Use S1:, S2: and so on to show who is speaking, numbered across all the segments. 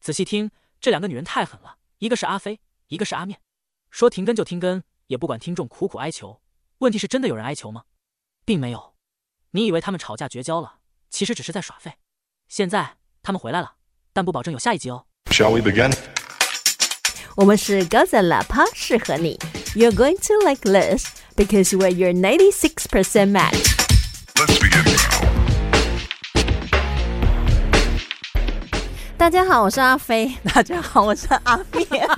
S1: 仔细听，这两个女人太狠了，一个是阿飞，一个是阿面。说停更就停更，也不管听众苦苦哀求。问题是真的有人哀求吗？并没有。你以为他们吵架绝交了，其实只是在耍废。现在他们回来了，但不保证有下一集哦。
S2: Shall we begin?
S3: 我们是高赞喇叭，适合你。You're going to like this because we're your 96% match.
S2: Let's begin.
S3: 大家好，我是阿飞。 大家好，我是阿面。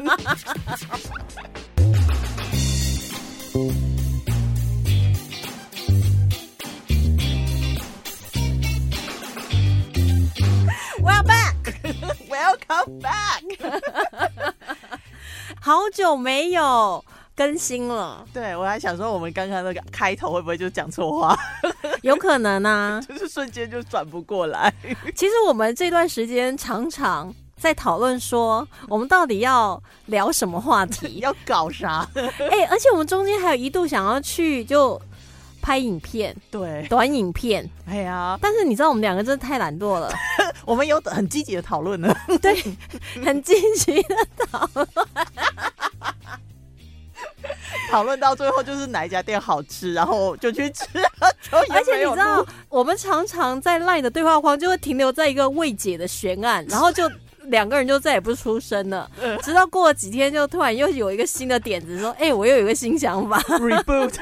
S3: We're back. Welcome back. 好久没有更新了，
S4: 对，我还想说，我们刚刚那个开头会不会就讲错话，
S3: 有可能啊。
S4: 就是瞬间就转不过来。
S3: 其实我们这段时间常常在讨论说，我们到底要聊什么话 题？
S4: 要搞啥？
S3: 哎、而且我们中间还有一度想要去就拍影片、
S4: 对，
S3: 短影片，
S4: 哎呀，
S3: 但是你知道我们两个真的太懒惰 了，
S4: 我们有很积极的讨论呢。
S3: 对，很积极的。
S4: 讨论到最后就是哪一家店好吃，然后就去吃， 就 也
S3: 而且
S4: 没有
S3: 你知道
S4: 录，
S3: 我们常常在 LINE 的对话框就会停留在一个未解的悬 案，然后就两个人就再也不出声了。
S4: 嗯
S3: 直到过了几天，就突然又有一个新的点子，说：“哎、我又有一个新想法。
S4: reboot，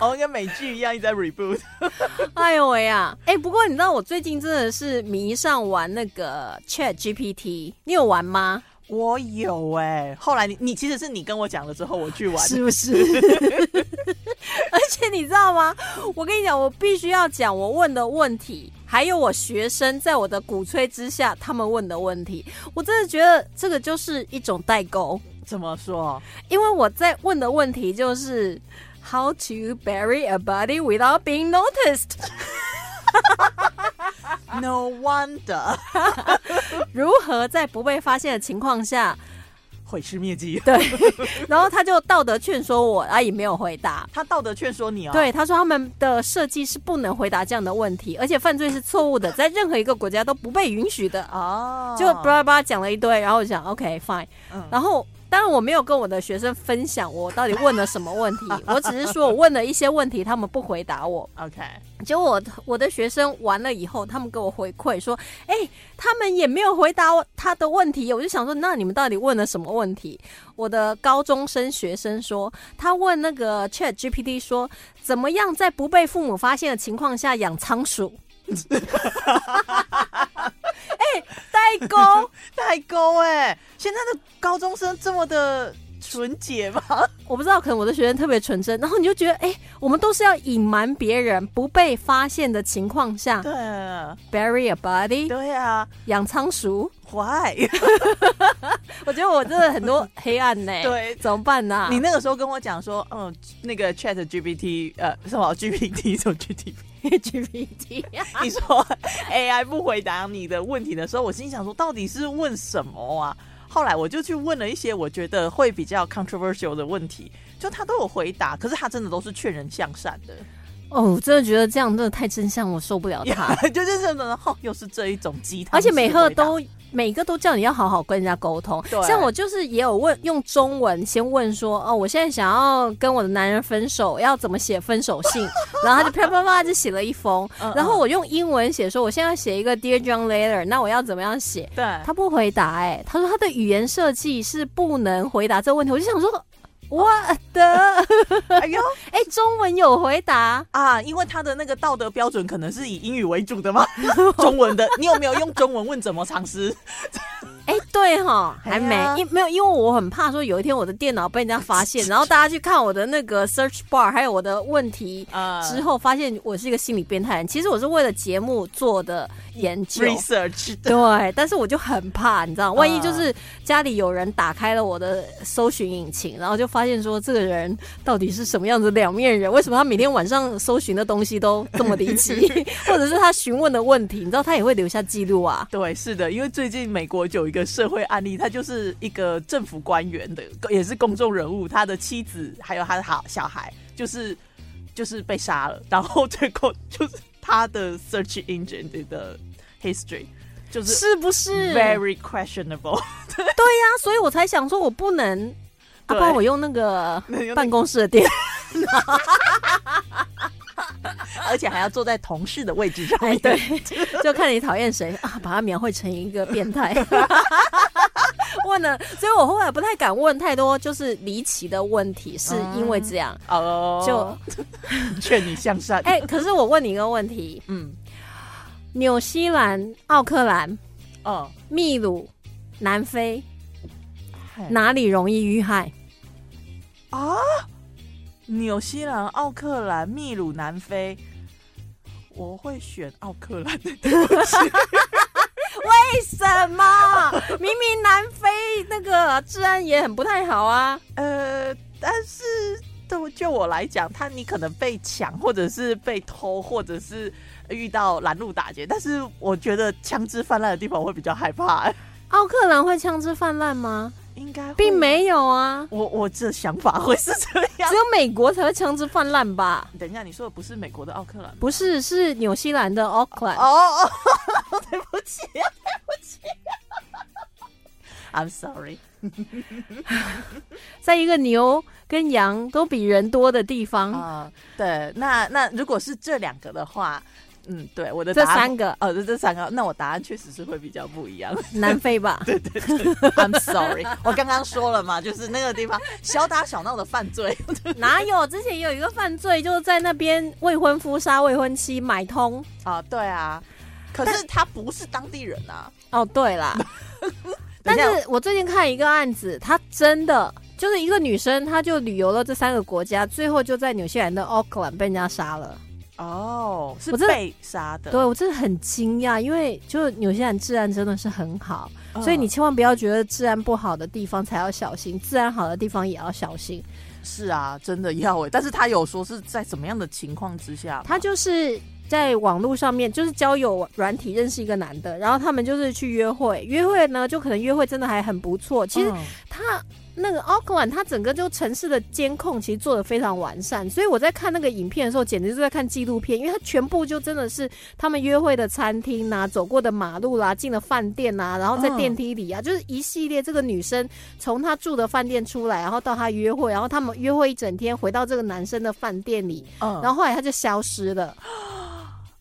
S4: 我们跟美剧一样一直在 reboot。”
S3: 哎呦喂呀！哎、不过你知道我最近真的是迷上玩那个 Chat GPT，你有玩吗？
S4: 我有哎、后来你你其实是你跟我讲了之后，我去玩。
S3: 不 是？而且你知道吗？我跟你讲，我必须要讲我问的问题，还有我学生在我的鼓吹之下他们问的问题，我真的觉得这个就是一种代沟，
S4: 怎么说？
S3: 因为我在问的问题就是 How to bury a body without being noticed，
S4: No wonder
S3: 如何在不被发现的情况下
S4: 毁尸灭迹。
S3: 然后他就道德劝说我，啊也没有回答。
S4: 他道德劝说你哦。
S3: 对，他说他们的设计是不能回答这样的问题，而且犯罪是错误的，在任何一个国家都不被允许的。
S4: 哦，
S3: 就巴拉巴拉讲了一堆，然后我想 OK fine，、
S4: 嗯
S3: 然后当然我没有跟我的学生分享我到底问了什么问题，我只是说我问了一些问题，他们不回答我。
S4: OK，
S3: 结果我的我的学生完了以后，他们给我回馈说，哎、他们也没有回答我他的问题。我就想说，那你们到底问了什么问题？我的高中生学生说，他问那个 Chat GPT 说，怎么样在不被父母发现的情况下养仓鼠？ 哎、代沟。
S4: 代沟哎，现在的高中生这么的纯洁 吗？
S3: 我不知道，可能我的学生特别纯真，然后你就觉得，哎、我们都是要隐瞒别人不被发现的情况下
S4: 对
S3: 啊，bury a body，
S4: 对啊
S3: 养仓鼠。
S4: ，Why？
S3: 我觉得我真的很 多黑暗呢、
S4: 对
S3: 怎么办呢、啊
S4: 你 那个时候跟我讲说，嗯，那个 Chat GPT，呃，什么 GPT 什么 GPT，
S3: GPT
S4: 你说 AI 不回答你的问题的时候，我心想说，到底是问什么啊？后来我就去问了一些我觉得会比较 controversial 的问题，就他都有回答，可是他真的都是劝人向善的，
S3: 哦，我真的觉得这样真的太真相，我受不 了他。
S4: 就是这种，哦，又是这一种鸡汤
S3: 哦而且
S4: 式
S3: 每
S4: 回答，嗯
S3: 个都每个都叫你要好好跟人家沟通。
S4: 对
S3: 像我就是也有问用中文先问说，哦，我现在想要跟我的男人分手，要怎么写分手 信？然后他就啪啪啪就写了一封
S4: 嗯嗯，
S3: 然后我用英文写说，我现在要写一个 Dear John letter，那我要怎么样写？
S4: 对，
S3: 他不回答、哎，他说他的语言设计是不能回答这个问题。我就想说，我的，
S4: 哎呦。
S3: 哎、中文有回答，
S4: 啊，因为他的那个道德标准可能是以英语为主的嘛， 中文的，你有没有用中文问怎么藏私？
S3: 哎、对哈，还没，
S4: 哎呀
S3: 因没有，因为我很怕说有一天我的电脑被人家发 现，然后大家去看我的那个 search bar，还有我的问题。
S4: 啊、
S3: 之后发现我是一个心理变态人，其实我是为了节目做的研究，
S4: research 的
S3: 对，但是我就很怕，你知道，万一
S4: 嗯
S3: 就是家里有人打开了我的搜寻引擎，然后就发现说这个人到底是什么样子的两面人？为什么他每天晚上搜寻的东西都这么离 奇，或者是他询问的问题，你知道他也会留下记录啊？
S4: 对，是的，因为最近美国有一个社会案例，他就是一个政府官员的，也是公众人物，他的妻子还有他的好小孩，就是就是被杀了，然后最后就是他的 search engine 的 history 就是
S3: 是不是？对呀、
S4: very questionable。
S3: 所以我才想说，我不能，啊，
S4: 对
S3: 不然我用那个
S4: 那个
S3: 办公室的电
S4: 而且还要坐在同事的位置上
S3: 哎
S4: 面，
S3: 对，就看你讨厌谁啊，把它描绘成一个变 态。问了，所以我后来不太敢问太多就是离奇的问题，是因为这样。
S4: 嗯哦，
S3: 就
S4: 劝你向善。
S3: 哎、可是我问你一个问题：
S4: 嗯，
S3: 纽西兰、奥克兰、
S4: 哦，
S3: 秘鲁、南非
S4: 嗨
S3: 哪里容易遇害？
S4: 啊？纽西兰、奥克兰、秘鲁、南非，我会选奥克兰。
S3: 为什么？ 明明南非那个治安也很不太好啊。
S4: 呃，但是对就我来讲，他你可能被抢，或者是被偷，或者是遇到拦路打劫。但是我觉得枪支泛滥的地方，我会比较害怕。
S3: 奥克兰会枪支泛滥吗？
S4: 应该会
S3: 并，没有啊，
S4: 我我这想法会是这样
S3: 只。有美国才会枪支泛滥吧？
S4: 等一下，你说的不是美国的奥克兰吗？
S3: 不是，是纽西兰的 Auckland。
S4: 哦，哦 对不起，对不起，I'm sorry。
S3: 在一个牛跟羊都比人多的地方，
S4: 啊、对，那那如果是这两个的话，嗯，对，我的
S3: 这
S4: 答案
S3: 三个
S4: 哦，这这三个，那我答案确实是会比较不一样。
S3: 南非吧？
S4: I'm sorry，我 刚刚说了嘛，就是那个地方小打小闹的犯罪，
S3: 哪有？之前有一个犯罪，就是在那边未婚夫杀未婚妻，买通。
S4: 啊，对啊，可是他不是当地人啊。
S3: 哦，对 啦，但
S4: 等一
S3: 是我最近看一个案子，她真的就是一个女生，她就旅游了这三个国家，最后就在纽西兰的 Auckland 被人家杀了。
S4: 下哦，是
S3: 我真的
S4: 被杀的，
S3: 对我真的很惊讶，因为就纽西兰治安真的是很好，
S4: 嗯
S3: 所以你千万不要觉得治安不好的地方才要小心，治安好的地方也要小心。
S4: 是啊，真的要诶、但是他有说是在什么样的情况之下吗？
S3: 他就是在网络上面，就是交友软体认识一个男的，然后他们就是去约会，约会呢就可能约会真的还很不错。其实
S4: 嗯
S3: 他、那个奥克兰，他整个就城市的监控其实做的非常完善，所以我在看那个影片的时候，简直就在看纪录片，因为他全部就真的是他们约会的餐厅呐、走过的马路啦、进了饭店呐、然后在
S4: 嗯
S3: 电梯里啊，就是一系列这个女生从她住的饭店出来，然后到她约会，然后他们约会一整天，回到这个男生的饭店里，
S4: 嗯哎
S3: 然后后来他就消失了，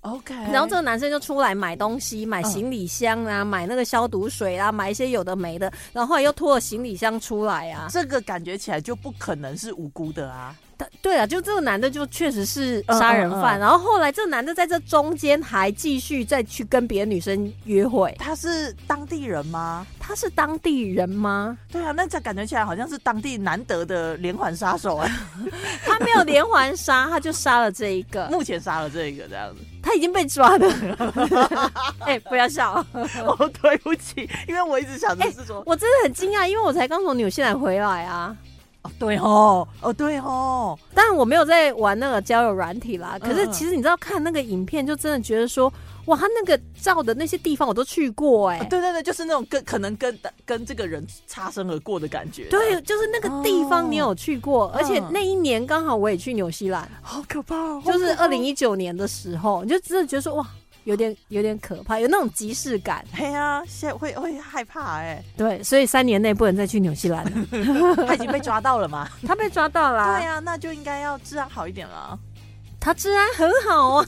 S4: OK，
S3: 然后这个男生就出来买东西，
S4: 嗯
S3: 买行李箱啊，买那个消毒水啊，买一些有的没的，然后后来又拖了行李箱出来啊。
S4: 这个感觉起来就不可能是无辜的啊。
S3: 他对啊，就这个男的就确实是
S4: 嗯
S3: 杀人犯，
S4: 嗯嗯
S3: 然后后来这个男的在这中间还继续再去跟别的女生约会，
S4: 他是当地人吗？
S3: 他是当地人 吗？
S4: 对啊，那这感觉起来好像是当地难得的连环杀手 啊！
S3: 他没有连环杀，他就杀了这一个，
S4: 目前杀了这一个这样 子，
S3: 他已经被抓 了。哎、不要笑。
S4: 哦，对不起，因为我一直想着
S3: 哎
S4: 是说，
S3: 我真的很惊讶，因为我才刚从纽西兰回来啊。
S4: 哦对哦，哦对哦，
S3: 但我没有在玩那个交友软体啦。
S4: 嗯
S3: 可是其实你知道看那个影片，就真的觉得说，哇，他那个照的那些地方我都去过哎、
S4: 哦对对对，就是那种跟可能跟跟这个人擦身而过的感觉，
S3: 对，，就是那个地
S4: 哦
S3: 方你有去过，而且
S4: 嗯
S3: 那一年刚好我也去纽西兰，
S4: 好可怕哦，
S3: 就是
S4: 好可怕
S3: 二零，一九年的时候，你就真的觉得说哇，有点有点可怕，有那种即视感。
S4: 嘿啊，现在会会害怕哎、
S3: 对，所以三年内不能再去纽西兰 了。
S4: 他已经被抓到了嘛？
S3: 他被抓到啦、
S4: 对啊，那就应该要治安好一点了，
S3: 他治安很好啊。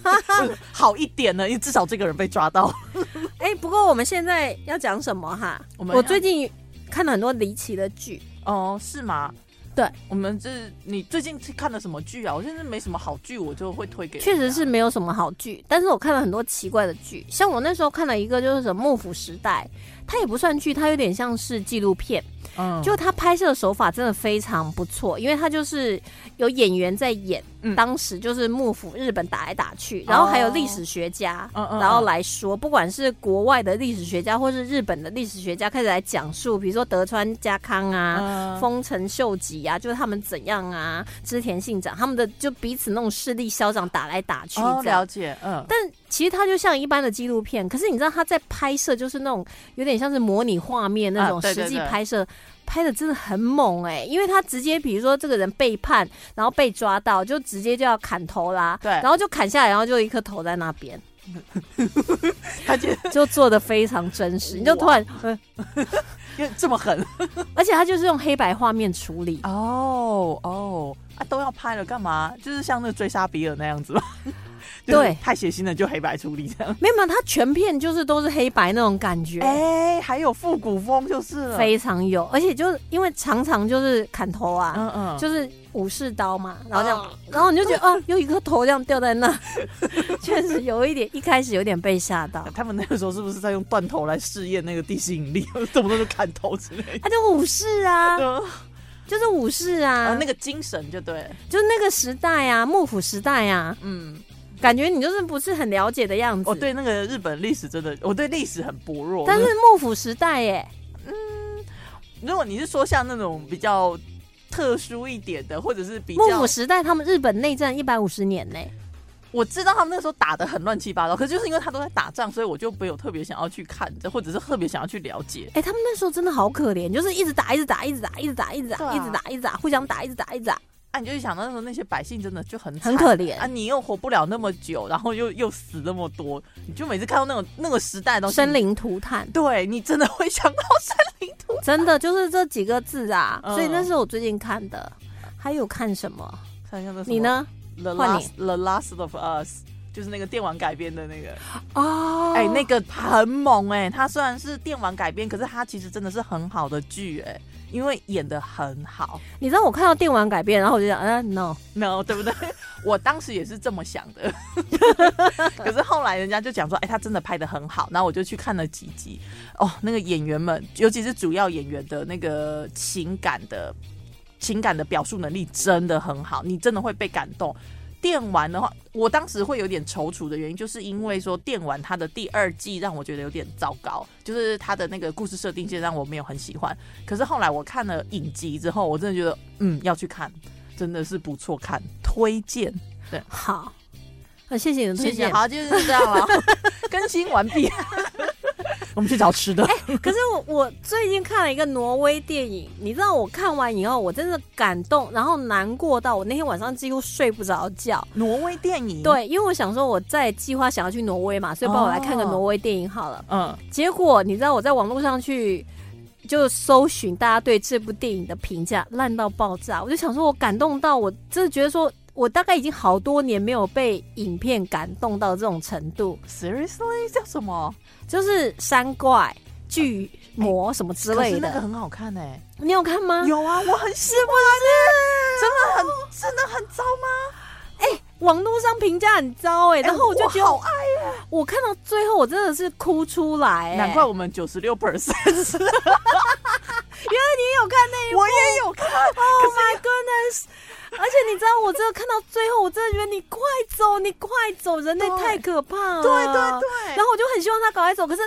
S4: 好一点呢，因为至少这个人被抓到，
S3: 哎、不过我们现在要讲什么哈？
S4: 我 们
S3: 我
S4: 要
S3: 最近看了很多离奇的剧，
S4: 哦，是吗？
S3: 对，
S4: 我们这你最近看了什么剧啊？我现在没什么好剧，我就会推给。
S3: 确实是，没有什么好剧，但是我看了很多奇怪的剧，像我那时候看了一个就是什么《幕府时代》，它也不算剧，它有点像是纪录片，
S4: 嗯
S3: 就它拍摄的手法真的非常不错，因为它就是有演员在演，
S4: 嗯哦
S3: 当时就是幕府日本打来打去，然后还有历史学家，
S4: 嗯嗯
S3: 然后来说，不管是国外的历史学家或是日本的历史学家开始来讲述，比如说德川家康啊，
S4: 嗯
S3: 丰臣秀吉啊，就是他们怎样啊，织田信长他们的就彼此那种势力消长打来打去
S4: 哦，
S3: 这样。
S4: 了解，嗯，
S3: 但其实它就像一般的纪录片，可是你知道他在拍摄就是那种有点像是模拟画面那种
S4: 啊对对
S3: 实际
S4: 对
S3: 拍摄，拍的真的很猛哎、因为他直接比如说这个人背叛，然后被抓到，就直接就要砍头啦，
S4: 对
S3: 然后就砍下来，然后就一颗头在那边，
S4: 他觉得
S3: 就做的非常真实，你就突然，呃
S4: 因为这么狠
S3: 而且他就是用黑白画面处理，
S4: 哦哦啊，都要拍了干嘛？就是像那追杀比尔那样 子吗？就是
S3: 对
S4: 太血腥了就黑白处理这样。
S3: 没有，没有，他全片就是都是黑白那种感觉，
S4: 哎、还有复古风就是了，
S3: 非常有，而且就是因为常常就是砍头啊，
S4: 嗯嗯，哦
S3: 就是武士刀嘛，然后这样，然后你就觉得啊，有一颗头这样掉在那， 确实有一点，一开始有点被吓到。
S4: 他们那个时候是不是在用断头来试验那个地心引力， 动不动就砍头之类的？
S3: 啊，就武士啊，
S4: 嗯
S3: 就是武士啊，
S4: 啊，那个精神就对了，
S3: 就是那个时代啊，幕府时代啊，
S4: 嗯，
S3: 感觉你就是不是很了解的样子。
S4: 我哦对那个日本历史真的，我对历史很薄弱。
S3: 但是幕府时代耶，
S4: 如果你是说像那种比较特殊一点的，或者是比
S3: 幕府
S4: 较，
S3: 时代他们日本内战一百五十年呢，
S4: 我知道他们那时候打的很乱七八糟，可是就是因为他都在打仗，所以我就没有特别想要去看，或者是特别想要去了解。
S3: 哎、他们那时候真的好可怜，就是一直打，一直打，一直打，一直打，一直
S4: 对
S3: 打，
S4: 啊
S3: 一直打，一直打，互相打，一直打，一直打，
S4: 啊，你就会想到那时候那些百姓真的就很
S3: 很
S4: 惨
S3: 可怜
S4: 啊，。你又活不了那么久，然后又又死那么多，你就每次看到那种那个时代的东西，
S3: 生灵涂炭，
S4: 对你真的会想到 生灵涂
S3: 真的就是这几个字啊，
S4: 嗯
S3: 所以那是我最近看的。还有看什么？
S4: 炭。看一下那什么
S3: 你呢？
S4: ？The
S3: 换
S4: Last
S3: 你
S4: The Last of Us，就是那个电玩改编的那个。
S3: 哦，
S4: 哎、那个很猛哎、它虽然是电玩改编，可是它其实真的是很好的剧哎、因为演的很好。
S3: 你知道我看到电玩改编，然后我就想，嗯、n o
S4: no，对不对？我当时也是这么想的，可是后来人家就讲说，哎、他真的拍的很好，然后我就去看了几集，哦，那个演员们，尤其是主要演员的那个情感的情感的表述能力真的很好，你真的会被感动。电玩的话，我当时会有点踌躇的原因，就是因为说电玩它的第二季让我觉得有点糟糕，就是它的那个故事设定线让我没有很喜欢。可是后来我看了影集之后，我真的觉得，嗯，要去看。真的是不错看，推荐。
S3: 好，很谢谢你的推荐。
S4: 好，就是这样了，更新完毕。哎我们去找吃的。
S3: 可是我我最近看了一个挪威电影，你知道我看完以后，我真的感动，然后难过到我那天晚上几乎睡不着觉。
S4: 挪威电影，，
S3: 对，因为我想说我在计划想要去挪威嘛，所以帮我来看个
S4: 哦
S3: 挪威电影好了。
S4: 嗯，
S3: 结果你知道我在网络上去就搜寻大家对这部电影的评价，烂到爆炸。我就想说，我感动到我真的觉得说，我大概已经好多年没有被影片感动到这种程度，
S4: Seriously 叫什么
S3: 就是山怪、巨魔什么之
S4: 可
S3: 类
S4: 是
S3: 的。嗯
S4: 那个很好看哎、
S3: 你有看吗？
S4: 有啊，我很喜欢哎、真的很真的很糟吗？
S3: 网络上评价很糟哎、然后我就觉得哎
S4: 好啊
S3: 我,、
S4: 爱，
S3: 看到最后我真的是哭出来、哎
S4: 难怪我们九十六 percent 是，
S3: 原来你也有看那一部，
S4: 我也有看。
S3: Oh my goodness！而且你知道，我真的看到最后，我真的觉得你快走，你快走，人类
S4: 对
S3: 太可怕了。
S4: 对对。对，
S3: 然后我就很希望他赶快走，可是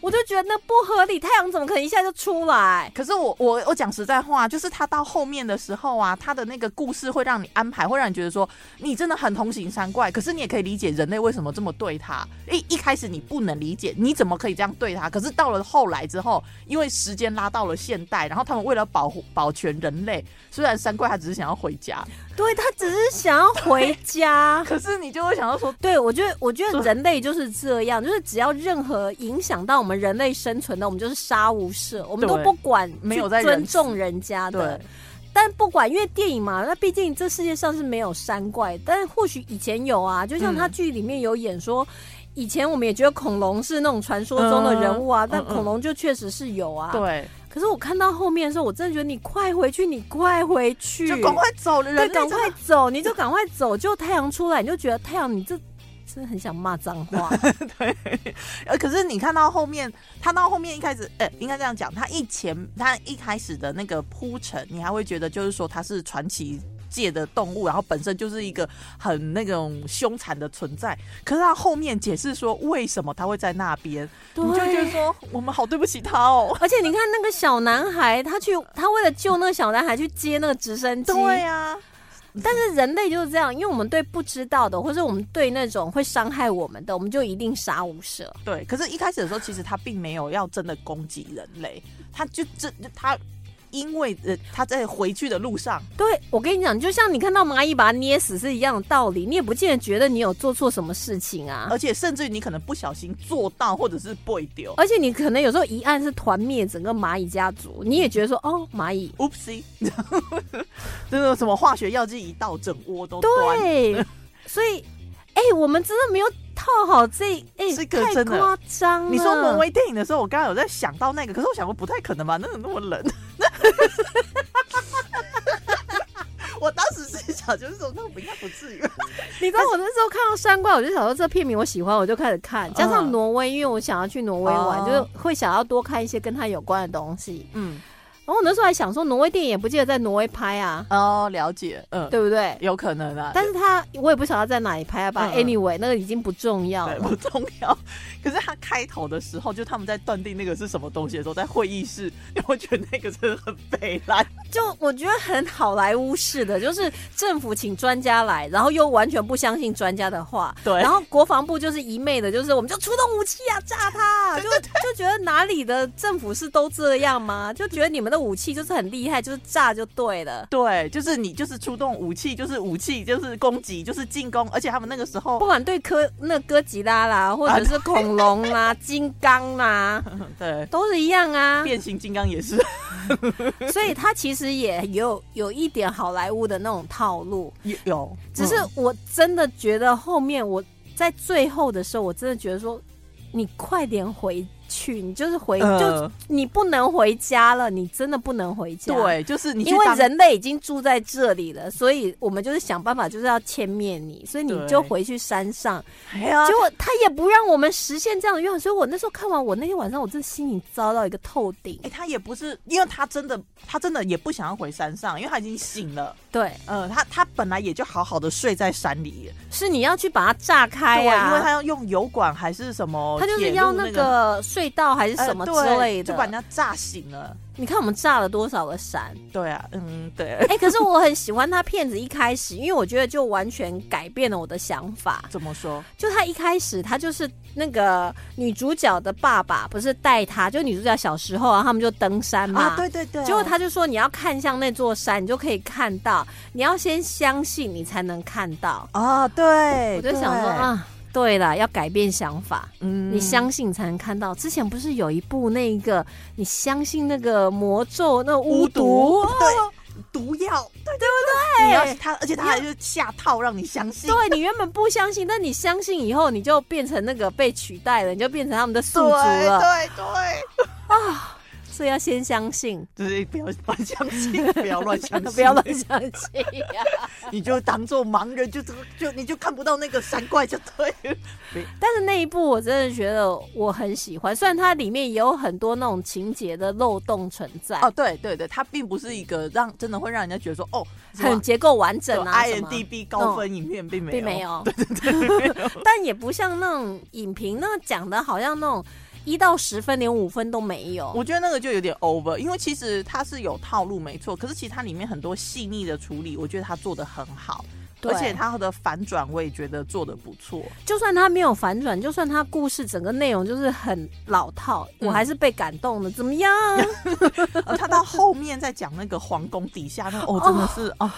S3: 我就觉得那不合理，太阳怎么可能一下就出来？
S4: 可是我我我讲实在话，就是他到后面的时候啊，他的那个故事会让你安排，会让你觉得说你真的很同情山怪，可是你也可以理解人类为什么这么对他。一一开始你不能理解，你怎么可以这样对他？可是到了后来之后，因为时间拉到了现代，然后他们为了保护保全人类，虽然山怪他只是想要回 家，
S3: 对他只是想要回家。
S4: 可是你就会想到说，
S3: 对，我觉得，我觉得人类就是这样，就是只要任何影响到我们人类生存的，我们就是杀无赦，我们都
S4: 对
S3: 不管，
S4: 没有在
S3: 尊
S4: 仁慈
S3: 重人家的
S4: 对。，
S3: 但不管，因为电影嘛，那毕竟这世界上是没有山怪，但或许以前有啊，就
S4: 嗯
S3: 像他剧里面有演说。以前我们也觉得恐龙是那种传说中的人物啊，
S4: 嗯
S3: 但
S4: 嗯
S3: 恐龙就确实是有啊。。
S4: 对，
S3: 可是我看到后面的时候，我真的觉得你快回去，你快回去，
S4: 就赶快走了，
S3: 对，
S4: 人类
S3: 赶
S4: 真的
S3: 快走，你就赶快走。就太阳出来，你就觉得太阳，你这真的很想骂脏 话。
S4: 呃，可是你看到后面，他到后面一开始，呃，应该这样讲，他一前他一开始的那个铺陈，你还会觉得就是说他是传奇。界的动物，然后本身就是一个很那种凶残的存在。可是他后面解释说为什么他会在那边，你就觉得
S3: 对。
S4: 说我们好对不起他 哦。
S3: 而且你看那个小男孩，他去，他为了救那个小男孩去接那个直升机，
S4: 对啊呀、
S3: 但是人类就是这样，因为我们对不知道的，或者我们对那种会伤害我们的，我们就一定杀无赦。
S4: 对。可是，一开始的时候，其实他并没有要真的攻击人类，他就真他因为呃他在回去的路上，
S3: 对，我跟你讲，就像你看到蚂蚁把它捏死是一样的道理，你也不见得觉得你有做错什么事情啊。
S4: 而且甚至你可能不小心做到，或者是被丢。
S3: 而且你可能有时候一按是团灭整个蚂蚁家族，你也觉得说哦，蚂蚁
S4: Oopsie，真的什么化学药剂一到，整窝都 端。
S3: 对，啊所以哎、我们真的没有套好这哎、
S4: 这个
S3: 太
S4: 真的
S3: 夸张了。
S4: 你说挪威电影的时候，我刚刚有在想到那个，可是我想过不太可能吧，那个那么冷。 我当时是想，就是说，那我应该不至于。
S3: 你知道我那时候看到山怪，我就想说这片名我喜欢，我就开始看。加上
S4: 嗯
S3: 挪威，因为我想要去挪威玩，
S4: 哦
S3: 就是会想要多看一些跟它有关的东西。
S4: 嗯，
S3: 然后我那时候还想说，挪威电影也不记得在挪威拍啊，
S4: 哦，了解，嗯，
S3: 对不对？
S4: 有可能啊，
S3: 但是它我也不晓得在哪里拍啊，吧、
S4: 嗯
S3: anyway，那个已经不重要
S4: 对
S3: 了。
S4: 不重要。可是他开头的时候，就他们在断定那个是什么东西的时候，在会议室，你会觉得那个真的很悲惨。
S3: 就我觉得很好莱坞式的，就是政府请专家来，然后又完全不相信专家的话，
S4: 对
S3: 然后国防部就是一昧的，就是我们就出动武器啊，炸他，就就觉得哪里的政府是都这样吗？就觉得你们的武器就是很厉害，就是炸就对了。
S4: 对，就是你就是出动武器，就是武器，就是攻击，就是进攻，而且他们那个时
S3: 不
S4: 候，
S3: 管对科那哥吉拉啦，或者是恐龙啦、金刚啦，
S4: 对，
S3: 都是一样啊。
S4: 变形金刚 也是
S3: 所以它其实也有有一点好莱坞的那种套路。
S4: 有有，
S3: 只是
S4: 嗯
S3: 我真的觉得后面我在最后的时候，我真的觉得说，你快点回去，你就是回，
S4: 呃
S3: 就你不能回家了，你真的不能回家。。
S4: 对，就是你去
S3: 因为
S4: 当
S3: 人类已经住在这里了，所以我们就是想办法，就是要歼灭你，所以你
S4: 对
S3: 就回去山上。
S4: 哎呀
S3: 结果他也不让我们实现这样的愿望，所以我那时候看完，我那天晚上我真的心里遭到一个透顶
S4: 哎、。他也不是，因为他真的，他真的也不想要回山上，因为他已经醒了。
S3: 对，
S4: 呃，他他本来也就好好的睡在山里，
S3: 是你要去把它炸开
S4: 对，
S3: 哎呀、
S4: 因为他要用油管还是什么
S3: 他
S4: 铁
S3: 就
S4: 路、
S3: 是要
S4: 那
S3: 那个隧道还是
S4: 呃
S3: 什么之
S4: 对
S3: 类的，
S4: 就把人家炸醒了。
S3: 你看我们炸了多少个山？
S4: 对啊，嗯，对，
S3: 哎、可是我很喜欢他片子一开始，因为我觉得就完全改变了我的想法。
S4: 怎么说？
S3: 就他一开始，他就是那个女主角的爸爸，不是带她，就女主角小时候啊，他们就登山嘛。
S4: 啊，对对对，
S3: 结果他就说，你要看向那座山，你就可以看到。你要先相信，你才能看到。
S4: 啊，对，
S3: 我就想说
S4: 对，
S3: 啊，对了，要改变想法。
S4: 嗯
S3: 你相信才能看到。之前不是有一部那个，你相信那个魔咒，那个巫毒，
S4: 对毒药，对对对，你要他，而且他还是下套让你相信，
S3: 对你原本不相信，但你相信以后，你就变成那个被取代了，你就变成他们的宿
S4: 对
S3: 主了。
S4: 对对，
S3: 所以要先相信，
S4: 就是不要乱相信，不要乱相 信，
S3: 不要乱相信啊呀、
S4: 你就当做盲人，就就就你就看不到那个山怪就对了。
S3: 但是那一部我真的觉得我很喜欢，虽然它里面也有很多那种情节的漏洞存在，
S4: 哦，对对对，它并不是一个让真的会让人家觉得说哦，
S3: 很结构完
S4: 整
S3: 整啊什么
S4: IMDB 高分影片并没有，
S3: 并没 有， 但也不像那种影评那讲的，好像那种一到十分连五分都没有。
S4: 我觉得那个就有点 over，因为其实它是有套路没错，可是其实它里面很多细腻的处理，我觉得它做的很好，
S3: 对
S4: 而且它的反转我也觉得做的不错。
S3: 就算他没有反转，就算他故事整个内容就是很老套，
S4: 嗯
S3: 我还是被感动的。怎 么样？
S4: 而呃他到后面在讲那个皇宫底下 那个，哦，真的是哦，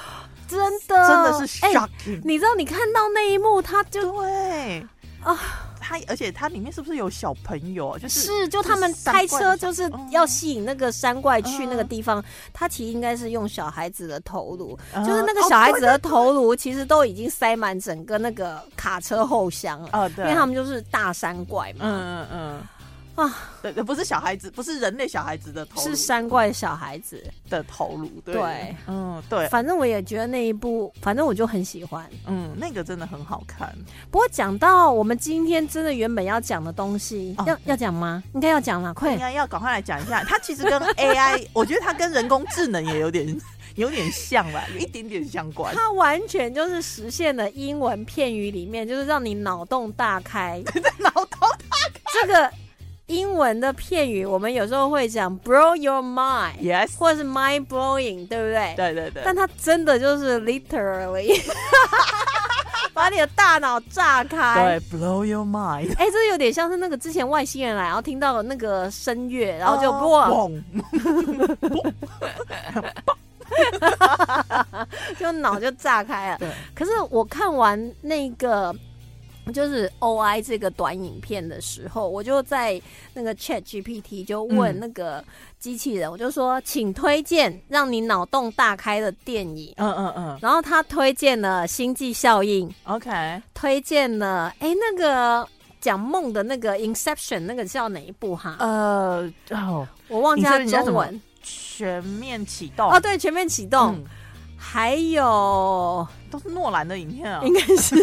S3: 真的，
S4: 真的是
S3: 哎
S4: shocking，、
S3: 你知道你看到那一幕，他就
S4: 对
S3: 啊。
S4: 它而且它里面是不是有小朋友啊？就是
S3: 是就他们开车就是要吸引那个山怪去
S4: 嗯
S3: 那个地方，他其实应该是用小孩子的头颅，
S4: 嗯哦
S3: 就是那个小孩子的头颅其实都已经塞满整个那个卡车后厢了。
S4: 啊，对，
S3: 因为他们就是大山怪嘛，
S4: 嗯嗯嗯
S3: 啊
S4: 啊，对，对不是小孩子，不是人类小孩子的头颅
S3: 是山怪小孩子。
S4: 的头颅，对
S3: 对
S4: 嗯对，
S3: 反正我也觉得那一部，反正我就很喜欢。
S4: 嗯，那个真的很好看。
S3: 不过讲到我们今天真的原本要讲的东西，
S4: 哦
S3: 要要讲吗？应该要讲啦，快
S4: 应！该要赶快来讲一下，它其实 跟 AI，我觉得它跟人工智能也有点 有点像啦，有一点点相关。
S3: 它完全就是实现了英文片语里面，就是让你脑洞大 开。
S4: 然后它
S3: 这个英文的片语，我们有时候会讲 blow your mind，
S4: ，yes，
S3: 或者是 mind blowing，对不对？
S4: 对对 对，
S3: 但它真的就是 literally 把你的大脑炸开。
S4: 对，blow your mind，
S3: 哎、这有点像是那个之前外星人来，然后听到了那个声乐，然后就
S4: 不
S3: 哇，
S4: 嘣，
S3: 就脑就炸开了
S4: 对。
S3: 可是我看完那个就是 O I 这个短影片的时候，我就在那个 Chat GPT 就问
S4: 嗯
S3: 那个机器人，我就说，请推荐让你脑洞大开的电影。
S4: 嗯嗯嗯
S3: 然后他推荐了《星际效应》，
S4: ，OK，
S3: 推荐了哎那个讲梦的那个《Inception》，那个叫哪一部哈？
S4: 呃，哦，
S3: 我忘记它
S4: Inception 叫什
S3: 中
S4: 么
S3: 文。
S4: 全面启动
S3: 哦，，对，全面启动，
S4: 嗯
S3: 还有
S4: 都是诺兰的影片啊，
S3: 应该是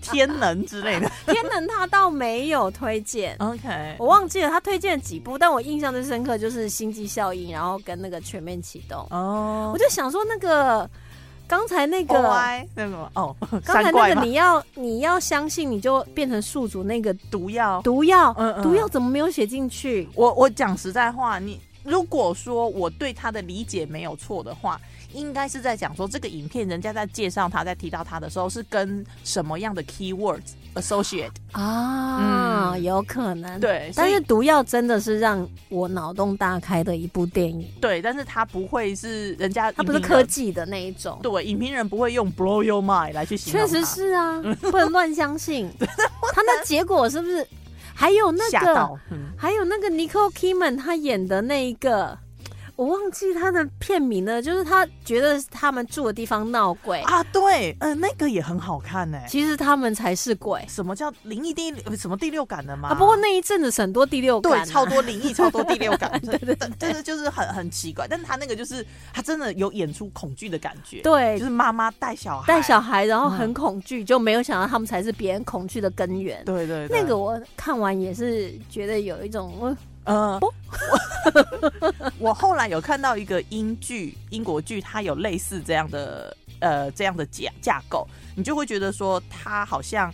S4: 天能之 类的
S3: 天能他倒没有推 荐，
S4: ，OK，
S3: 我忘记了他推荐了几部，但我印象最深刻就是《星际效应》，然后跟那个《全面启动》
S4: 哦
S3: 我，就想说那个刚才那
S4: 那
S3: 个
S4: 个那个吗哦，
S3: 刚才
S4: 三
S3: 那
S4: 怪
S3: 个
S4: 吗？
S3: 你要你要相信，你就变成宿主那个
S4: 毒药，
S3: 毒药，
S4: 嗯嗯
S3: 毒药怎么没有写进去？
S4: 我我讲实在话，你如果说我对他的理解没有错的话，应该是在讲说这个影片人家在介绍他，在提到他的时候是跟什么样的 keywords associate
S3: 啊，
S4: 嗯
S3: 有可能。，
S4: 对，
S3: 但
S4: 所以
S3: 是毒药真的是让我脑洞大开的一部电影，
S4: 对，但是他不会是人家
S3: 它不是
S4: 影评
S3: 科
S4: 人，
S3: 技的那一种。
S4: 对，影评人不会用 blow your mind 来去形容
S3: 确
S4: 它，
S3: 实是啊，不能乱相 信。他那结果是不是？还有那
S4: 吓
S3: 个，
S4: 到，嗯，
S3: 还有那个 Nicole Kidman 他演的那一个，我忘记他的片名了，就是他觉得他们住的地方闹鬼，
S4: 啊，对，嗯、那个也很好看呢、
S3: 其实他们才是鬼
S4: 什么叫灵异第呃什么第六感的吗？
S3: 啊。不过那一阵子很多第六感、
S4: 对，
S3: 啊，
S4: 超多 灵异，超多第六感，对对真的就是很很奇怪。但他那个就是他真的有演出恐惧的感觉，
S3: 对
S4: 就是妈妈带小孩，
S3: 带小孩，然后很恐惧，就没有想到他们才是别人恐惧的根源。
S4: 对对对
S3: 那个我看完也是觉得有一种，呃
S4: 呃，我 我后来有看到一个英剧、英国剧，它有类似这样的呃这样的架架构，你就会觉得说他好像。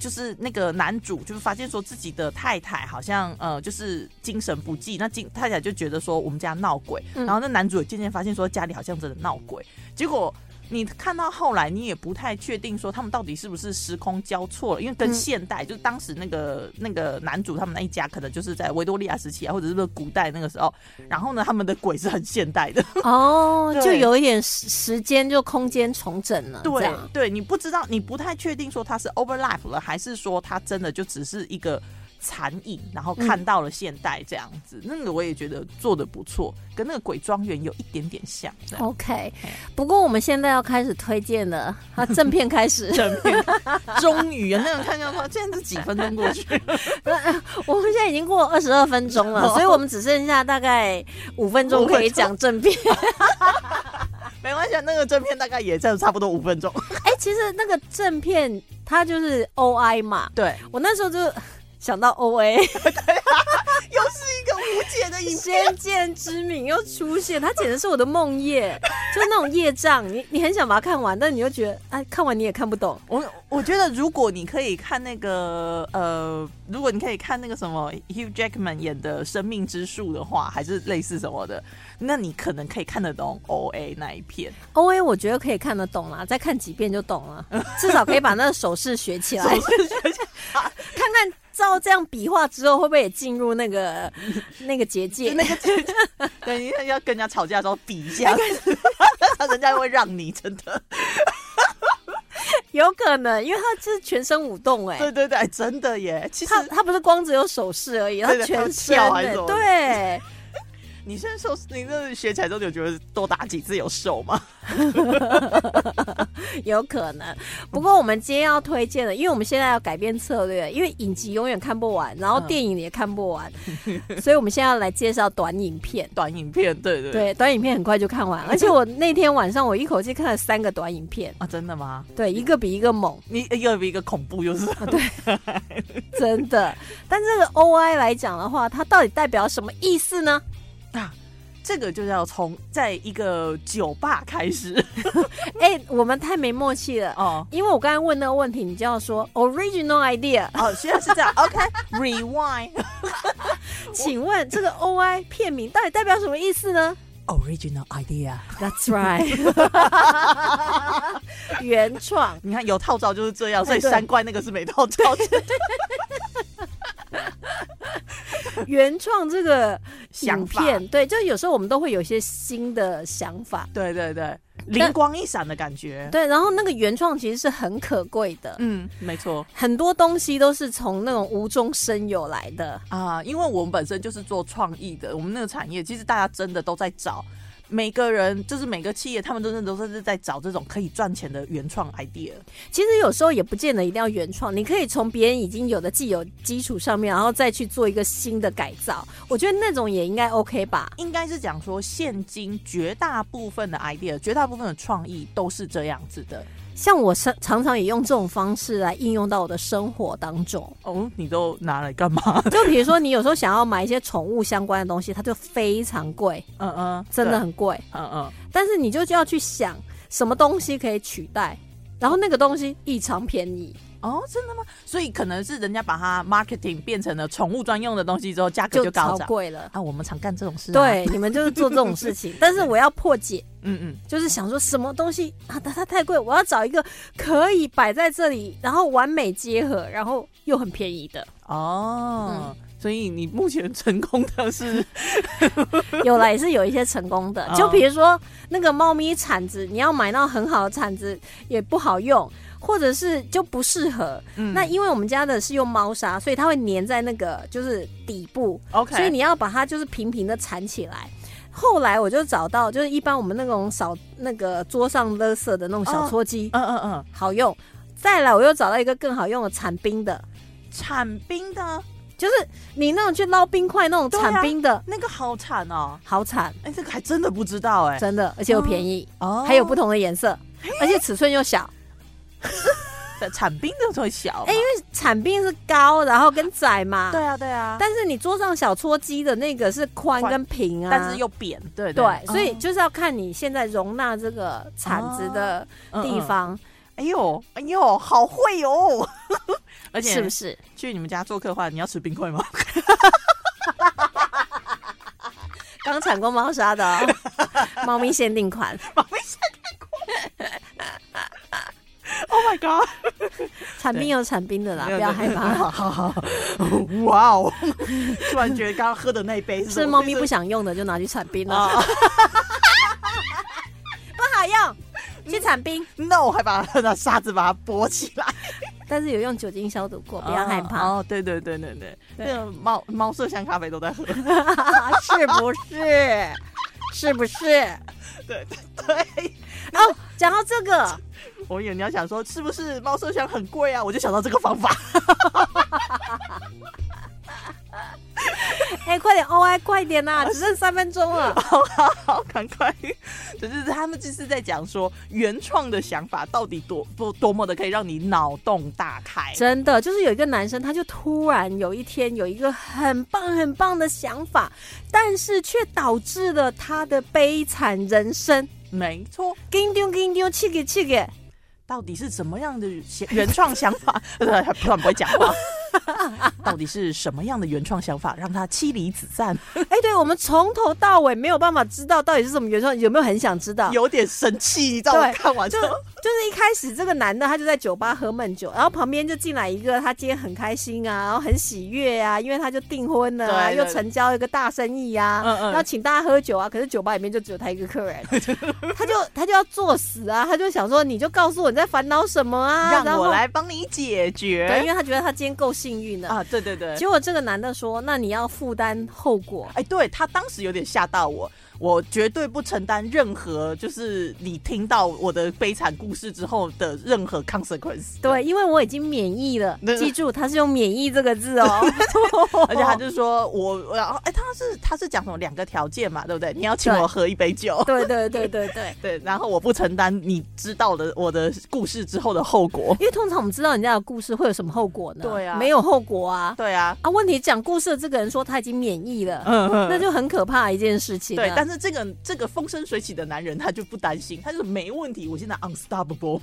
S4: 就是那个男主，就是发现说自己的太太好像呃，就是精神不济。那精太太就觉得说我们家闹鬼，
S3: 嗯
S4: 然后那男主也渐渐发现说家里好像真的闹鬼。结果你看到后来，你也不太确定说他们到底是不是时空交错了，因为跟
S3: 嗯
S4: 现代、就是当时那个那个男主他们那一家，可能就是在维多利亚时期啊，或者是不是古代那个时候。然后呢，他们的鬼是很现代的，
S3: 哦，
S4: 对
S3: 就有一点时时间就空间重整了，这
S4: 对
S3: 样
S4: 对，你不知道，你不太确定说他是 overlap 了，还是说他真的就只是一个残影，
S3: 嗯
S4: 然后看到了现代这样子。那个我也觉得做的不错，跟那个鬼庄园有一点点像。这
S3: 哦
S4: 样
S3: OK，不过我们现在要开始推荐了， 啊，正片开始。
S4: 正片终于啊，那个看到说，现在是几分钟 过去了，
S3: 我们现在已经过二十二分钟
S4: 哦
S3: 了，所以我们只剩下大概五分钟可以讲正片。
S4: 没关系啊，那个正片大概也在差不多五分钟。
S3: 哎、其实那个正片它就是 OI 嘛，
S4: 对，
S3: 我那时候就想到 OA，《
S4: 又是一个无解的影片。
S3: 先见之明》又出现，它简直是我的梦夜，就是那种业障，你你很想把它看完，但你又觉得哎，看完你也看不懂。
S4: 我我觉得，如果你可以看那个呃，如果你可以看那个什么 Hugh Jackman 演的《生命之树》的话，还是类似什么的，那你可能可以看得懂 O A 那一片。
S3: O A 我觉得可以看得懂啦，再看几遍就懂了，至少可以把那个手势学起来，看看照这样比划之后会不会也进入那个 那个结界。
S4: 那个对，你要跟人家吵架的时候比一 下，哎人家会让你真的，
S3: 有可能，因为他是全身舞动哎、
S4: 对对对，真的耶。哎其实
S3: 他他不是光只有手势而已，他
S4: 对的
S3: 全身
S4: 他跳还
S3: 哎、
S4: 是什么的
S3: 对，
S4: 你现在受，你那学起来之后，你有觉得多打几次有瘦吗？
S3: 有可能。不过我们今天要推荐的，因为我们现在要改变策略，因为影集永远看不完，然后
S4: 嗯
S3: 电影也看不完，所以我们现在要来介绍短影片。
S4: 短影片，对对
S3: 对，短影片很快就看 完，而且我那天晚上我一口气看了三个短影片，
S4: 啊，真的吗？
S3: 对，一个比一个猛，
S4: 你又有一个恐怖，就是
S3: 真的。但这个 O I 来讲的话，它到底代表什么意思呢？
S4: 啊，这个就要从在一个酒吧开始
S3: 哎、我们太没默契了，
S4: 哦。
S3: 因为我刚才问那个问题，你就要说 original idea。
S4: 哦，虽然是这 样，OK，rewind，、
S3: 请问这个 O I 片名到底代表什么意思呢？
S4: original idea。
S3: That's right，原创。
S4: 你看有套招就是这样，所以
S3: 哎对
S4: 三怪那个是没套招的，
S3: 原创这个
S4: 想
S3: 影
S4: 法
S3: 片，对，就有时候我们都会有一些新的想法，
S4: 对对对，灵光一闪的感觉。
S3: 对，然后那个原创其实是很可贵的，
S4: 嗯，没错
S3: 很多东西都是从那种无中生有来的，
S4: 啊、因为我们本身就是做创意的，我们那个产业其实大家真的都在找。每个人就是每个企业，他们真的都是在找这种可以赚钱的原创 idea。
S3: 其实有时候也不见得一定要原创，你可以从别人已经有的既有基础上面，然后再去做一个新的改造。我觉得那种也应该 OK 吧。
S4: 应该是讲说，现今绝大部分的 idea，绝大部分的创意都是这样子的。
S3: 像我常常常也用这种方式来应用到我的生活当中。
S4: 哦，你都拿来干嘛？
S3: 就比如说，你有时候想要买一些宠物相关的东西，它就非常贵，
S4: 嗯嗯，
S3: 真的
S4: 对，
S3: 很贵。
S4: 嗯嗯，
S3: 但是你就就要去想什么东西可以取代，然后那个东西异常便宜，
S4: 哦，真的吗？所以可能是人家把它 marketing 变成了宠物专用的东西之后，价格就高
S3: 超
S4: 涨
S3: 贵了。
S4: 啊。我们常干这种事、啊。，
S3: 对，你们就是做这种事 情。但是我要破解，
S4: 嗯嗯，
S3: 就是想说什么东西啊，它它太贵，我要找一个可以摆在这里，然后完美结合，然后又很便宜 的。
S4: 哦。所以你目前成功的是，
S3: 有了也是有一些成功的，就
S4: 哦
S3: 比如说那个猫咪铲子，你要买到很好的铲子也不好用，或者是就不适合。
S4: 嗯
S3: 那因为我们家的是用猫砂，所以它会粘在那个就是底部，
S4: OK，
S3: 所以你要把它就是平平的铲起来。后来我就找到，就是一般我们那种扫那个桌上垃圾的那种小
S4: 哦
S3: 搓机、
S4: 嗯嗯嗯，
S3: 好用。再来，我又找到一个更好用的铲冰的，
S4: 铲冰的
S3: 就是你那种去捞冰块那种
S4: 对啊
S3: 铲冰的，
S4: 那个好惨哦，
S3: 好铲，
S4: 哎、这个还真的不知道哎、
S3: 真的，而且又便宜。
S4: 哦哎
S3: 还有不同的颜色，而且尺寸又小。
S4: 铲冰的会小，啊
S3: 哎因为铲冰是高，然后跟窄嘛。
S4: 对。啊对啊，
S3: 但是你桌上小搓机的那个是宽
S4: 宽
S3: 跟平啊，
S4: 但是又扁，对
S3: 对，所以
S4: 嗯
S3: 就是要看你现在容纳这个铲子的
S4: 嗯
S3: 地
S4: 嗯
S3: 方、
S4: 哎呦哎呦，好会哦！ 而且
S3: 是不是？
S4: 去你们家做客的话，你要吃冰块吗？
S3: 刚铲过猫砂的、哦，猫咪限定款，
S4: Oh my god！
S3: 铲冰有铲冰的啦，
S4: 没有
S3: 不要害怕。
S4: 好好好，哇 哦！突然觉得刚刚喝的那一杯
S3: 是猫咪不想用的就拿去铲冰了，
S4: 啊
S3: 不好用，去铲冰。
S4: ，no，还把它拿沙子把它拨起来，
S3: 但是有用酒精消毒过， 不要害 怕，
S4: 哦，对对对对对，
S3: 对
S4: 那个猫猫麝香咖啡都在喝，
S3: 是不是？是不是？
S4: 对对对。
S3: 哦，讲到这个，
S4: 我以为你要想说是不是猫麝香很贵啊，我就想到这个方法。
S3: 哎、快点，OI，快点啦、只剩三分钟了。
S4: 好好好，赶快！就是他们就是在讲说，原创的想法到底多多多么的可以让你脑洞大开。
S3: 真的，就是有一个男生，他就突然有一天有一个很棒很棒的想法，但是却导致了他的悲惨人生。
S4: 没错，
S3: 叮丢叮丢，气给哎气给，
S4: 到底是什么样的想原创想法？ 对，他突然不会讲话。 到底是什么样的原创想法让他妻离子散？
S3: 哎，对我们从头到尾没有办法知道到底是什么原创，有没有很想知道？
S4: 有点生气，你知道我
S3: 对
S4: 看完之
S3: 就
S4: 后，
S3: 就是一开始这个男的他就在酒吧喝闷酒，然后旁边就进来一个，他今天很开心啊，然后很喜悦啊，因为他就订婚了、啊，
S4: 对
S3: 又
S4: 对
S3: 成交一个大生意啊，
S4: 嗯嗯
S3: 然后请大家喝酒啊，可是酒吧里面就只有他一个客 人，他就他就要作死啊，他就想说你就告诉我你在烦恼什么啊，然
S4: 让
S3: 后
S4: 我来帮你解
S3: 对，因为
S4: 决
S3: 他觉得他今天够幸运了。
S4: 啊！ 对对对，
S3: 结果这个男的说：“那你要负担后果。
S4: 哎，对他当时有点吓到我，我绝对不承担任何就是你听到我的悲惨故事之后的任何 consequence。”
S3: 对，，因为我已经免疫了
S4: 对，
S3: 记住他是用“免疫”这个字哦。
S4: 而且他就说我，我要哎，他是他是讲什么两个条件嘛，对不对？你要请
S3: 对
S4: 我喝一杯酒。
S3: 对对对对对，
S4: 对，然后我不承担你知道的我的故事之后的后果。
S3: 因为通常我们知道人家的故事会有什么后果呢？
S4: 对啊
S3: 没有后果啊。
S4: 对啊，
S3: 啊，问题讲故事的这个人说他已经免疫了，
S4: 嗯嗯，
S3: 那就很可怕的一件事情啊。
S4: 对，但是是这个这个风生水起的男人，他就不担心，他就是没问题。我现在 unstoppable，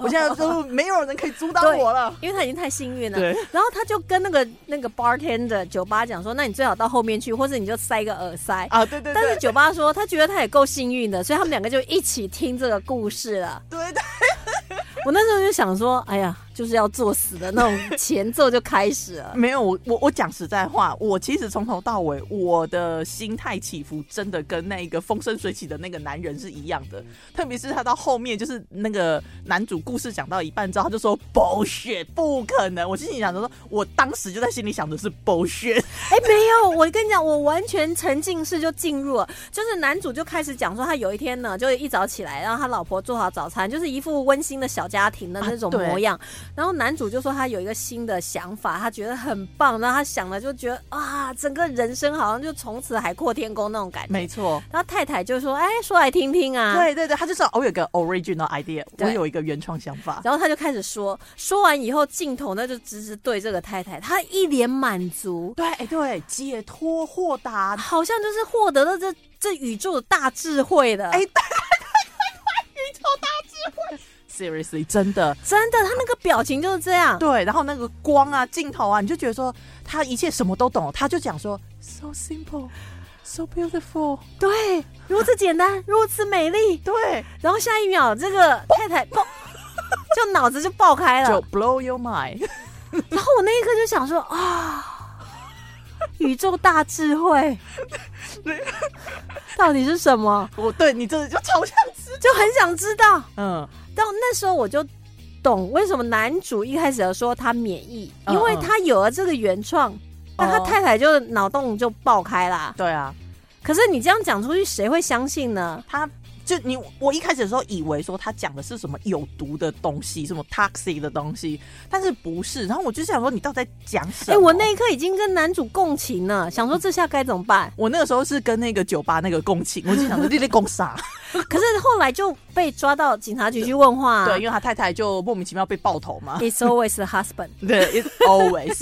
S4: 我 现在就没有人可以阻挡我了。
S3: 因为他已经太幸运了。
S4: 对，
S3: 然后他就跟那个那个 bartender 酒吧讲说，那你最好到后面去，或者你就塞一个耳塞。
S4: 啊，对对
S3: 但是
S4: 对，
S3: 酒吧说他觉得他也够幸运的，所以他们两个就一起听这个故事了。
S4: 对对，
S3: 我那时候就想说，哎呀，就是要作死的那种前奏就开始了。
S4: 没有我我我讲实在话，我其实从头到尾我的心态起伏真的跟那一个风生水起的那个男人是一样的，特别是他到后面就是那个男主故事讲到一半之后，他就说 bullshit 不可能，我心里想着说，我当时就在心里想的是 bullshit，
S3: 哎、没有，我跟你讲，我完全沉浸式就进入了，就是男主就开始讲说，他有一天呢，就是一早起来，然后他老婆做好早餐，就是一副温馨的小家庭的那种
S4: 啊对
S3: 模样。然后男主就说他有一个新的想法，他觉得很棒，然后他想了就觉得啊，整个人生好像就从此海阔天空那种感觉。
S4: 没错。
S3: 然后太太就说，哎、说来听听啊。。
S4: 对对对，他就是我有一个 original idea，我
S3: 对
S4: 有一个原创想法。
S3: 然后他就开始说，说完以后镜头那就直直对这个太太，他一脸满足，
S4: 对哎对，解脱豁达，
S3: 好像就是获得了这这宇宙的大智慧的。
S4: 哎 seriously 真的
S3: 真的，他那个表情就是这样。
S4: 对。然后那个光啊、镜头啊，你就觉得说他一切什么都懂，他就讲说 so simple。So beautiful，
S3: 对，如此简单，如此美丽。
S4: 对，
S3: 然后下一秒，这个太太爆，就脑子就爆开
S4: 就
S3: 了。
S4: blow your mind，
S3: 然后我那一刻就想说啊，宇宙大智 慧
S4: 对，
S3: 到底是什么？
S4: 我对你真的就超像吃，
S3: 就很想知道。
S4: 嗯，
S3: 到那时候我就懂为什么男主一开始有说他免疫，
S4: 嗯
S3: 因为
S4: 嗯
S3: 他有了这个原创，那他
S4: 哦
S3: 太太就脑洞就爆开啦。
S4: 对啊，
S3: 可是你这样讲出去，谁会相信呢？
S4: 他就你我一开始的时候以为说他讲的是什么有毒的东西，什么 toxic 的东西，但是不是，然后我就想说你到底在讲什么？。
S3: 哎、我那一刻已经跟男主共情了，想说这下该怎么办
S4: 我那个时候是跟那个酒吧那个共情，我就想说你在共 啥？
S3: 可是后来就被抓到警察局去问话、
S4: 对，因为他太太就莫名其妙被爆头嘛。
S3: It's always the husband。
S4: 对，is always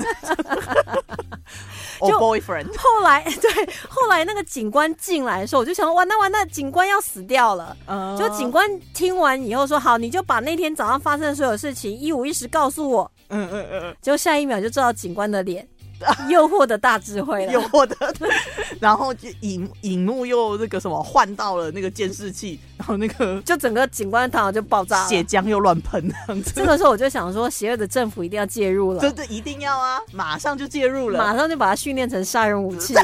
S3: 就
S4: or boyfriend。
S3: 后来 对，后来那个警官进来的时候，我就想说，完蛋完蛋，警官要死掉了。
S4: 呃
S3: 就警，官听完以后说，好，你就把那天早上发生的所有事情一五一十告诉我。
S4: 嗯嗯嗯
S3: 结果下一秒就知道警官的 脸，诱惑的大智慧
S4: 嗯，
S3: 了。
S4: 有我的。然后就荧荧幕又那个什么换到了那个监视器，然后那个
S3: 就整个警官的头脑就爆炸
S4: 血
S3: 了。
S4: 浆又乱喷，这 样
S3: 这
S4: 子。
S3: 个时候我就想说，邪恶的政府一定要介入了
S4: 真，的一定要啊！马上就介入
S3: 马
S4: 了，
S3: 上就把他训练成杀人武 器。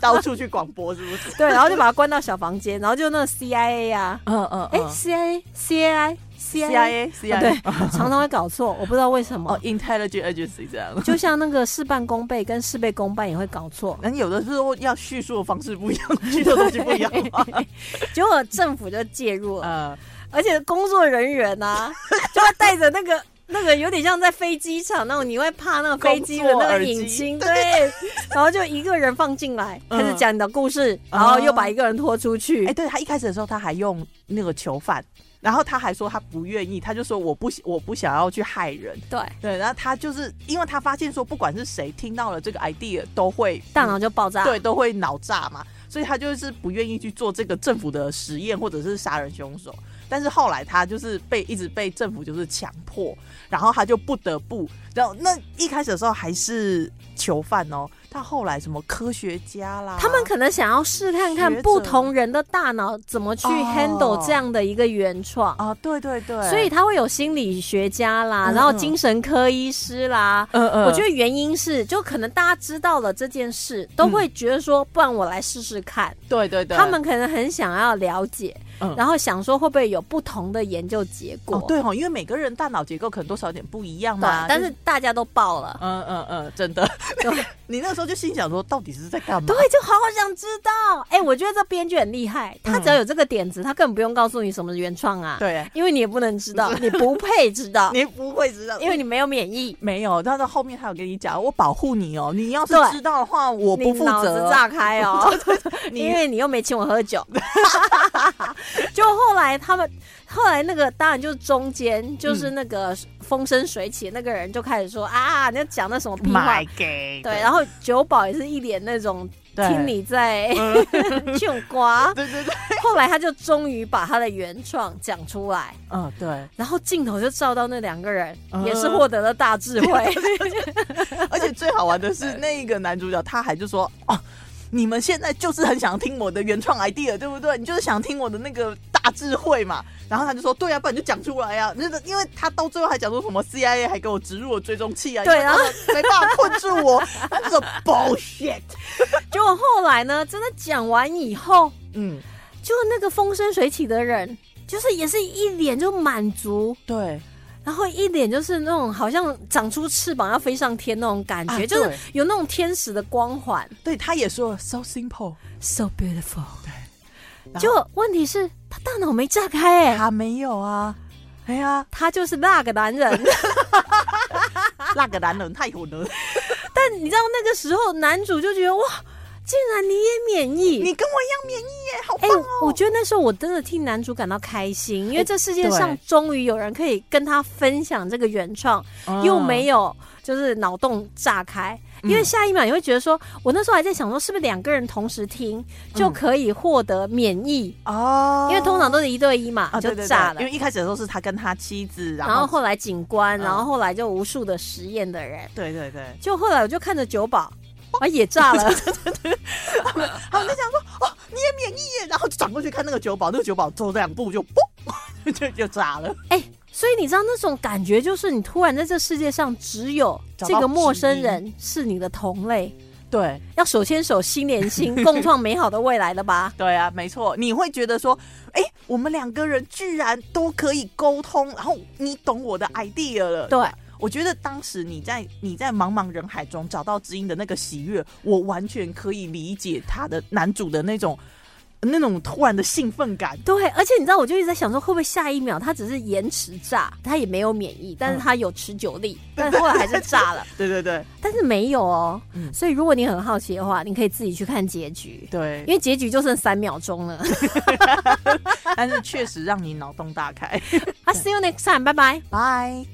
S4: 到处去广播，是不是？
S3: 对，然后就把他关到小房间，然后就那个 CIA 啊，
S4: 嗯嗯
S3: 哎、CIA CIA CIA，
S4: ，CIA
S3: 啊
S4: CIA
S3: 对，常常会搞错，我不知道为什么
S4: 哦。，Intelligent Agency 这样。
S3: 就像那个事半功倍跟事倍功半也会搞 错，
S4: 那有的时候要叙述的方式不一样， 叙述的东西不一样 嘛。
S3: 结果政府就介入了，
S4: 呃，
S3: 而且工作人员呐、就会带着那个那个有点像在飞机场那种，你会怕那个飞机的那个引擎，
S4: 工
S3: 对，然后就一个人放进来，
S4: 嗯
S3: 开始讲你的故事，然后又把一个人拖出去
S4: 哎、，对他一开始的时候，他还用那个囚犯，然后他还说他不愿意，他就说我不喜我不想要去害人。
S3: 对，
S4: 对，然后他就是因为他发现说，不管是谁听到了这个 idea，都会嗯
S3: 大脑就爆炸，
S4: 对都会脑炸嘛，所以他就是不愿意去做这个政府的实验或者是杀人凶手。但是后来他就是被一直被政府就是强迫，然后他就不得不，然后那一开始的时候还是囚犯哦，他后来什么科学家啦，
S3: 他们可能想要试看看
S4: 学者
S3: 不同人的大脑怎么去
S4: 哦
S3: handle 这样的一个原创，
S4: 啊，对对对，
S3: 所以他会有心理学家啦，
S4: 嗯
S3: 然后
S4: 嗯
S3: 精神科医师啦。
S4: 嗯嗯
S3: 我觉得原因是，就可能大家知道了这件事，都会觉得说，不然我来试试看。
S4: 对嗯对对，
S3: 他们可能很想要了解，
S4: 嗯
S3: 然后想说会不会有不同的研究结果。
S4: 哦，对啊哦，因为每个人大脑结构可能多少有点不一样
S3: 对
S4: 嘛。
S3: 但是大家都爆了，
S4: 嗯嗯嗯，真的，
S3: 对
S4: 你那时候就心想说，到底是在干嘛？
S3: 对，就好想知道。哎，我觉得这编剧很厉害，他只要有这个点子，他根本不用告诉你什么原创啊。
S4: 嗯对，
S3: 因为你也不能知道，你不配知道，
S4: 你不会知道，
S3: 因为你没有免疫，
S4: 没有。但是后面他有跟你讲，我保护你哦，你要是
S3: 对
S4: 知道的话，我
S3: 你
S4: 不负
S3: 脑子
S4: 责。
S3: 炸开哦，
S4: 你
S3: 因为你又没请我喝酒， 就后来他们后来那个当然就是中间就是那
S4: 嗯
S3: 个风生水起的那个人就开始说、啊，你在讲那什么屁话
S4: 买。给
S3: 对，然后九保也是一脸那种
S4: 对嗯
S3: 听你在 种瓜，
S4: 对对对，
S3: 后来他就终于把他的原创讲出来，
S4: 嗯对，
S3: 然后镜头就照到那两个人，
S4: 嗯
S3: 也是获得了大智慧。
S4: 而且最好玩的是那个男主角他还就说哦。你们现在就是很想听我的原创 idea，对不对？你就是想听我的那个大智慧嘛。然后他就说，对啊，不然你就讲出来啊。那个，因为他到最后还讲说什么 CIA 还给我植入我追踪器啊，
S3: 对
S4: 因为他们没办法困住我。 他就说 bullshit，
S3: 结果后来呢，真的讲完以后，
S4: 嗯，
S3: 就那个风生水起的人，就是也是一脸就满足，
S4: 对，
S3: 然后一脸就是那种好像长出翅膀要飞上天那种感觉，
S4: 啊
S3: 就是
S4: 对
S3: 有那种天使的光环
S4: 对，他也说 so simple，
S3: ，so beautiful。
S4: 然后
S3: 就问题是，他大脑没炸开哎、
S4: 他没有啊，哎 呀，
S3: 他就是那个男人。
S4: 那个男人太混 了，
S3: 但你知道那个时候，男主就觉得哇，竟然你也免疫。
S4: 你跟我一样免疫耶，好
S3: 哎、
S4: 棒哦！哎
S3: 我觉得那时候我真的替男主感到开心，因为这世界上
S4: 对
S3: 终于有人可以跟他分享这个原创，
S4: 嗯
S3: 又没有就是脑洞炸开。因
S4: 嗯
S3: 为下一秒你会觉得说，我那时候还在想说，是不是两个人同时听就可以获得免疫？
S4: 嗯哦，
S3: 因为通常都是一对一嘛，
S4: 啊，
S3: 就
S4: 对对
S3: 炸
S4: 对，
S3: 了。
S4: 因为一开始的时候是他跟他妻子，然
S3: 然后
S4: 后
S3: 后来警官，
S4: 嗯
S3: 然后后来就无数的实验的人，
S4: 对对对，
S3: 就后来我就看着九 宝啊也炸了，
S4: 他们在想说哦，你也免疫耶， 然后就转过去看那个酒保，那个酒保走两步就 嘣，就就炸了，
S3: 哎、所以你知道那种感觉，就是你突然在这世界上只有
S4: 找
S3: 这
S4: 到
S3: 个陌生
S4: 知音
S3: 人是你的同类，
S4: 对
S3: 要手牵手、心连 心，共创美好的未来了吧？
S4: 对啊，没错，你会觉得说，哎，我们两个人居然都可以沟通，然后你懂我的 idea 了，
S3: 对，
S4: 我觉得当时你在你在茫茫人海中找到知音的那个喜悦，我完全可以理解他的男主的那种那种突然的兴奋感。
S3: 对，而且你知道，我就一直在想说，会不会下一秒他只是延迟炸，他也没有免疫，
S4: 嗯
S3: 但是他有持久力，但是后来还是炸 了，
S4: 对对对
S3: 但是没有哦。
S4: 嗯
S3: 所以如果你很好奇的话，你可以自己去看结局。
S4: 对
S3: 因，为结局就剩三秒钟 了。
S4: 但是确实让你脑洞大开。
S3: 啊，see you next time，拜拜。
S4: 拜。